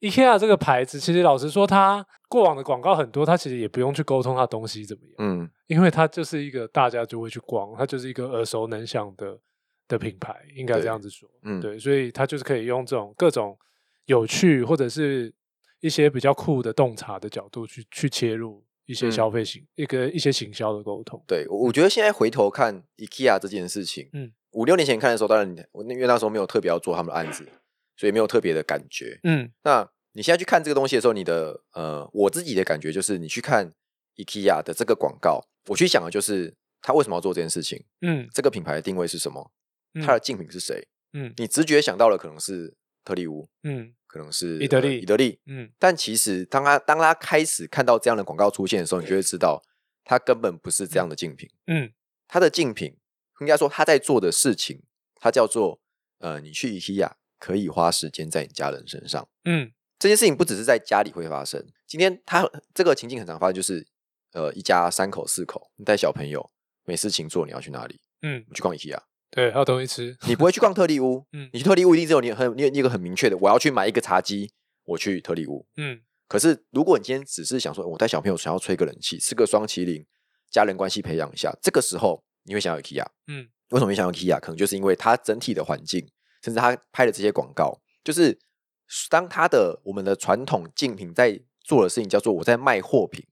S1: IKEA 这个牌子，其实老实说，它过往的广告很多，它其实也不用去沟通它东西怎么样，
S2: 嗯
S1: 因为它就是一个大家就会去逛，它就是一个耳熟能详的的品牌，应该这
S2: 对
S1: 样子说。
S2: 嗯，
S1: 对，所以它就是可以用这种各种有趣或者是一些比较酷的洞察的角度去去切入一些
S2: 嗯
S1: 消费行、一个一些行销的沟通。
S2: 对，我我觉得现在回头看 IKEA 这件事情，
S1: 嗯
S2: 嗯，五六年前看的时候，当然你我那因为那时候没有特别要做他们的案子，所以没有特别的感觉。
S1: 嗯
S2: 那你现在去看这个东西的时候，你的呃，我自己的感觉就是，你去看 IKEA 的这个广告，我去想的就是他为什么要做这件事情，
S1: 嗯，
S2: 这个品牌的定位是什么，
S1: 嗯
S2: 它的竞品是谁。
S1: 嗯
S2: 你直觉想到的可能是特利屋，
S1: 嗯
S2: 可能是
S1: 伊德利
S2: 呃伊德利。
S1: 嗯
S2: 但其实当他当他开始看到这样的广告出现的时候，你就会知道，它根本不是这样的竞品。
S1: 嗯
S2: 它的竞品，应该说他在做的事情，它叫做呃，你去 IKEA 可以花时间在你家人身上。
S1: 嗯
S2: 这件事情不只是在家里会发生，今天他这个情境很常发生，就是呃，一家三口四口，你带小朋友没事情做，你要去哪里？
S1: 嗯，
S2: 你去逛 IKEA，
S1: 对，还有东西吃。，
S2: 你不会去逛特利屋
S1: 嗯
S2: 你去特利屋一定是有你很你有你有一个很明确的，我要去买一个茶几，我去特利屋。
S1: 嗯
S2: 可是如果你今天只是想说，我带小朋友想要吹个冷气，吃个双麒麟，家人关系培养一下，这个时候你会想要 IKEA。
S1: 嗯，
S2: 为什么会想要 IKEA？可能就是因为它整体的环境，甚至它拍的这些广告，就是当它的我们的传统竞品在做的事情叫做我在卖货品，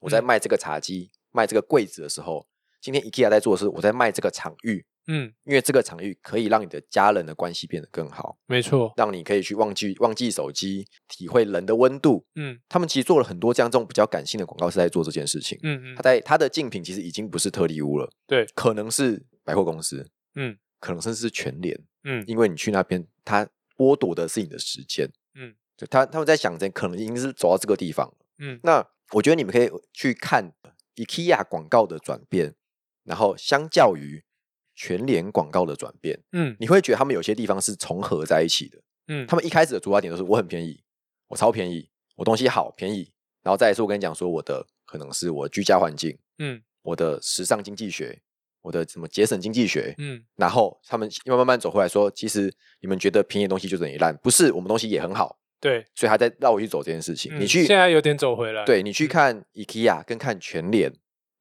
S2: 我在
S1: 嗯
S2: 卖这个茶几、卖这个柜子的时候，今天 IKEA 在做的是我在卖这个场域，
S1: 嗯，
S2: 因为这个场域可以让你的家人的关系变得更好，
S1: 没错。
S2: 让你可以去忘记忘记手机，体会人的温度。
S1: 嗯
S2: 他们其实做了很多这样这种比较感性的广告，是在做这件事情。
S1: 嗯嗯，
S2: 他在他的竞品其实已经不是特利屋了，
S1: 对，
S2: 可能是百货公司，
S1: 嗯，
S2: 可能甚至是全联，
S1: 嗯
S2: 因为你去那边，他剥夺的是你的时间，
S1: 嗯，
S2: 就他他们在想着可能已经是走到这个地方了。
S1: 嗯
S2: 那我觉得你们可以去看 IKEA 广告的转变，然后相较于全联广告的转变，
S1: 嗯
S2: 你会觉得他们有些地方是重合在一起的。
S1: 嗯，
S2: 他们一开始的出发点都是我很便宜，我超便宜，我东西好便宜，然后再来是我跟你讲说我的可能是我居家环境，
S1: 嗯
S2: 我的时尚经济学，我的什么节省经济学，
S1: 嗯
S2: 然后他们慢慢慢走回来说，其实你们觉得便宜的东西就等于烂，不是我们东西也很好，
S1: 对，
S2: 所以他在绕回去走这件事情。
S1: 嗯
S2: 你去
S1: 现在嗯有点走回来。
S2: 对你去看 IKEA 跟看全联，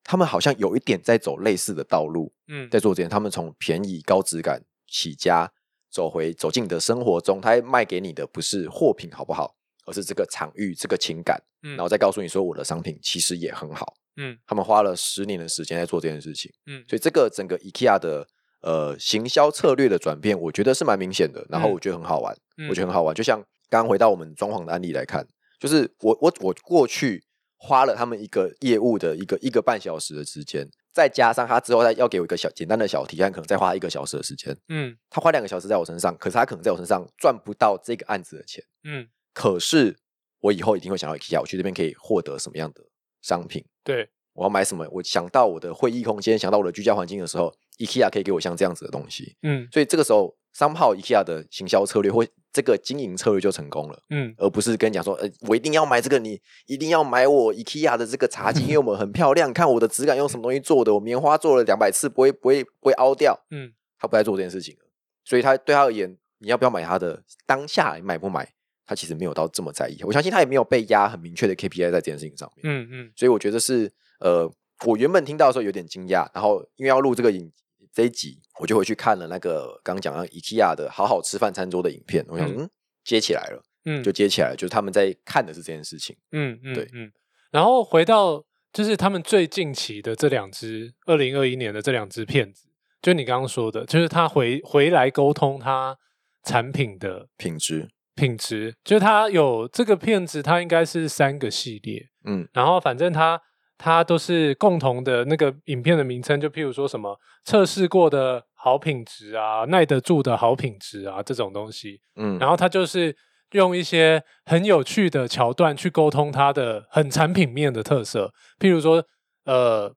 S2: 他们好像有一点在走类似的道路，
S1: 嗯，
S2: 在做这件，他们从便宜高质感起家，走回走进你的生活中，他卖给你的不是货品好不好，而是这个场域、这个情感，
S1: 嗯
S2: 然后再告诉你说我的商品其实也很好。
S1: 嗯
S2: 他们花了十年的时间在做这件事情，
S1: 嗯
S2: 所以这个整个 IKEA 的呃行销策略的转变，我觉得是蛮明显的，然后
S1: 嗯
S2: 我觉得很好玩。
S1: 嗯，
S2: 我觉得很好玩。就像刚刚回到我们装潢的案例来看，就是我我我过去花了他们一个业务的一个一个半小时的时间，再加上他之后再要给我一个小简单的小提案，可能再花一个小时的时间。
S1: 嗯
S2: 他花两个小时在我身上，可是他可能在我身上赚不到这个案子的钱。
S1: 嗯
S2: 可是我以后一定会想到 IKEA，我去这边可以获得什么样的商品？
S1: 对，
S2: 我要买什么？我想到我的会议空间，想到我的居家环境的时候，IKEA 可以给我像这样子的东西。
S1: 嗯
S2: 所以这个时候，somehow IKEA 的行销策略或这个经营策略就成功了。
S1: 嗯
S2: 而不是跟你讲说，呃，我一定要买这个，你一定要买我 IKEA 的这个茶几，因为我们很漂亮，看我的质感用什么东西做的，我棉花做了两百次不会不会不会凹掉。
S1: 嗯
S2: 他不再做这件事情了，所以他对他而言，你要不要买他的当下你买不买，他其实没有到这么在意。我相信他也没有被压很明确的 KPI 在这件事情上面，
S1: 嗯嗯
S2: 所以我觉得是呃，我原本听到的时候有点惊讶，然后因为要录这个影这一集，我就回去看了那个刚刚讲到 IKEA 的好好吃饭餐桌的影片，我想
S1: 嗯
S2: 说嗯接起来了。
S1: 嗯，
S2: 就接起来了，就是他们在看的是这件事情。
S1: 嗯嗯，
S2: 对
S1: 嗯。然后回到就是他们最近期的这两支，二零二一年的这两支片子，就你刚刚说的，就是他回回来沟通他产品的
S2: 品质，
S1: 品质，就是他有这个片子，它应该是三个系列，
S2: 嗯
S1: 然后反正他它都是共同的那个影片的名称，就譬如说什么测试过的好品质啊，耐得住的好品质啊这种东西。
S2: 嗯，
S1: 然后他就是用一些很有趣的桥段去沟通他的很产品面的特色，譬如说，呃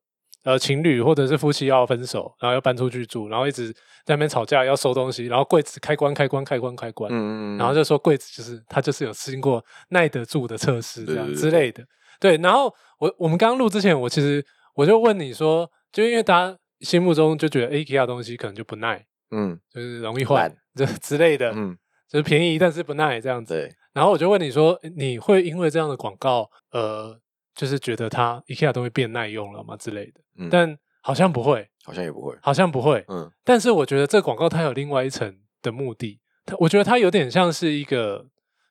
S1: 呃，情侣或者是夫妻要分手，然后要搬出去住，然后一直在那边吵架，要收东西，然后柜子开关开关开关开关，
S2: 嗯
S1: 然后就说柜子就是它就是有经过耐得住的测试这样
S2: 对对对
S1: 之类的。对，然后我我们刚录之前，我其实我就问你说，就因为大家心目中就觉得哎 IKEA 东西可能就不耐，
S2: 嗯
S1: 就是容易坏
S2: 烂，
S1: 这之类的，
S2: 嗯，
S1: 就是便宜但是不耐这样子。
S2: 对，
S1: 然后我就问你说，诶你会因为这样的广告，呃，就是觉得它 IKEA 都会变耐用了吗之类的？
S2: 嗯，
S1: 但好像不会，
S2: 好像也不会，
S1: 好像不会。
S2: 嗯
S1: 但是我觉得这广告它有另外一层的目的，它我觉得它有点像是一个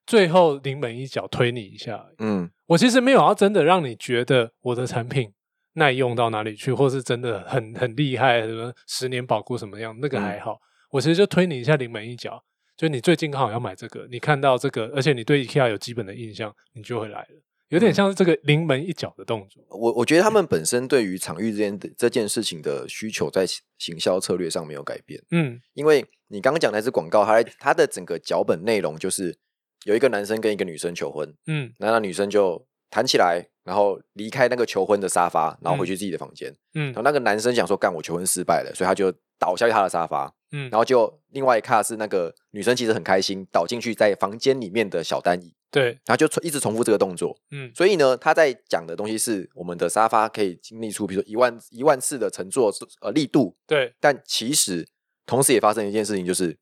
S1: 最后临门一脚推你一下而已。
S2: 嗯
S1: 我其实没有要真的让你觉得我的产品耐用到哪里去，或是真的很很厉害，什么十年保固什么样，那
S2: 嗯
S1: 个还好。我其实就推你一下临门一脚，就你最近刚好要买这个，你看到这个，而且你对 IKEA 有基本的印象，你就会来了，有
S2: 嗯
S1: 点像是这个临门一脚的动作。
S2: 我我觉得他们本身对于场域之间的这件事情的需求，在行行销策略上没有改变，
S1: 嗯
S2: 因为你刚刚讲的那支广告，它在它的整个脚本内容就是有一个男生跟一个女生求婚，
S1: 嗯
S2: 然后那女生就弹起来，然后离开那个求婚的沙发，然后回去自己的房间，
S1: 嗯
S2: 然后那个男生想说，干我求婚失败了，所以他就倒下去他的沙发，
S1: 嗯
S2: 然，后就另外一卡是那个女生其实很开心，倒进去在房间里面的小单椅，
S1: 对，
S2: 然后就重一直重复这个动作。
S1: 嗯
S2: 所以呢，他在讲的东西是我们的沙发可以经历出，比如说一万一万次的乘坐呃力度，
S1: 对，
S2: 但其实同时也发生一件事情，就是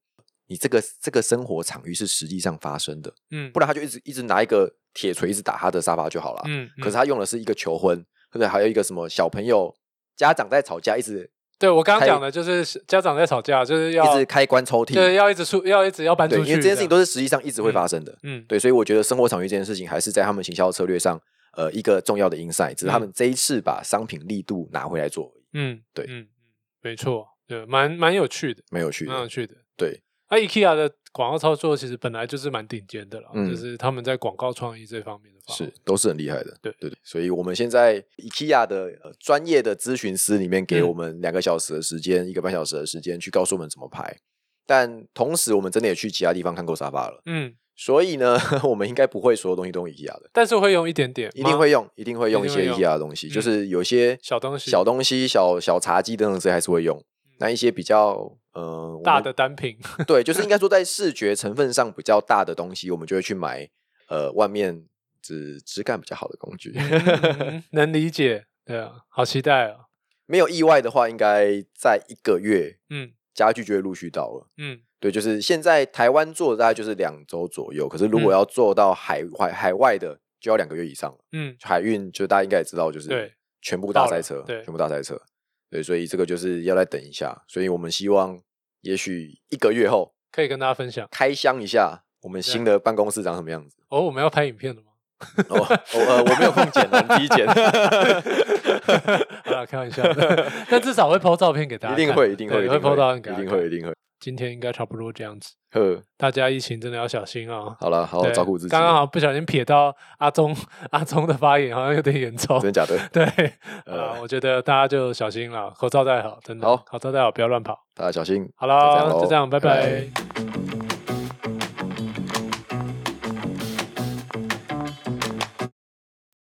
S2: 你这个这个生活场域是实际上发生的，
S1: 嗯
S2: 不然他就一直一直拿一个铁锤子打他的沙发就好了。
S1: 嗯，
S2: 可是
S1: 嗯
S2: 他用的是一个求婚，或者还有一个什么小朋友家长在吵架，一直
S1: 对我刚刚
S2: 开
S1: 讲的就是家长在吵架，就是要
S2: 一直开关抽屉，
S1: 对，要一直出，要一直要搬
S2: 对，
S1: 出
S2: 因
S1: 去。
S2: 为这件事情
S1: 样
S2: 都是实际上一直会发生的。
S1: 嗯
S2: 对，所以我觉得生活场域这件事情还是在他们行销策略上，呃，一个重要的 insight，只是他们这一次把商品力度拿回来做而已，
S1: 嗯
S2: 对
S1: 嗯，嗯没错，对，蛮蛮有趣的，
S2: 蛮有趣
S1: 蛮有
S2: 的。
S1: 趣的。
S2: 对，
S1: 那 IKEA 的广告操作其实本来就是蛮顶尖的啦，
S2: 嗯
S1: 就是他们在广告创意这方面的发挥
S2: 是都是很厉害的。
S1: 对
S2: 对对，所以我们现在 IKEA 的呃专业的咨询师里面给
S1: 嗯
S2: 我们两个小时的时间，一个半小时的时间去告诉我们怎么排，但同时我们真的也去其他地方看过沙发了，
S1: 嗯，
S2: 所以呢， 我们应该不会所有东西都用 IKEA 的。
S1: 但是会用一点点吗，
S2: 一定会用，一定会用
S1: 一
S2: 一
S1: 定
S2: 些
S1: 会用
S2: IKEA 的东西，就
S1: 嗯
S2: 是有些
S1: 小东西嗯
S2: 小东西、小小茶几等等这些还是会用。那一些比较呃
S1: 大的，单品。
S2: 我们 对，就是应该说在视觉成分上比较大的东西，我 们就会去买呃外面质质感比较好的工具。
S1: 嗯能理解，对啊，好期待啊，
S2: 没有意外的话，应该在一个月
S1: 嗯
S2: 家具就会陆续到了。
S1: 嗯
S2: 对，就是现在台湾做的大概就是两周左右，可是如
S1: 嗯
S2: 果要做到海外海外的，就要两个月以上了。
S1: 嗯，
S2: 海运就大家应该也知道，就是
S1: 对，
S2: 全部
S1: 到
S2: 大
S1: 了
S2: 塞车，
S1: 对
S2: 全部大塞车，对，所以这个就是要再等一下，所以我们希望也许一个月后
S1: 可以跟大家分享。
S2: 开箱一下我们新的办公室长什么 样子。
S1: 哦，我们要拍影片了吗？
S2: 哦，哦呃，我没有空剪，我低剪，
S1: 好了，开玩笑的， 但至少会 PO 照片给大家
S2: 一
S1: 看，
S2: 定会，一定
S1: 对
S2: 会，一定
S1: 会 PO 照
S2: 会，
S1: 片给大
S2: 一
S1: 家
S2: 定
S1: 看
S2: 会，一定会。
S1: 今天应该差不多这样子，
S2: 呵，
S1: 大家疫情真的要小心啊！
S2: 好了，好好
S1: 对
S2: 照顾自己。
S1: 刚刚好像不小心撇到阿忠 阿忠的发言，好像有点严重。
S2: 真的假的？
S1: 对，
S2: 呃
S1: 啊，我觉得大家就小心了，口罩戴好，真的，
S2: 好
S1: 口罩戴好，不要乱跑。
S2: 大家小心。
S1: 好
S2: 就这样
S1: 了，
S2: 咯
S1: 就这样，拜
S2: 拜
S1: 拜
S2: 拜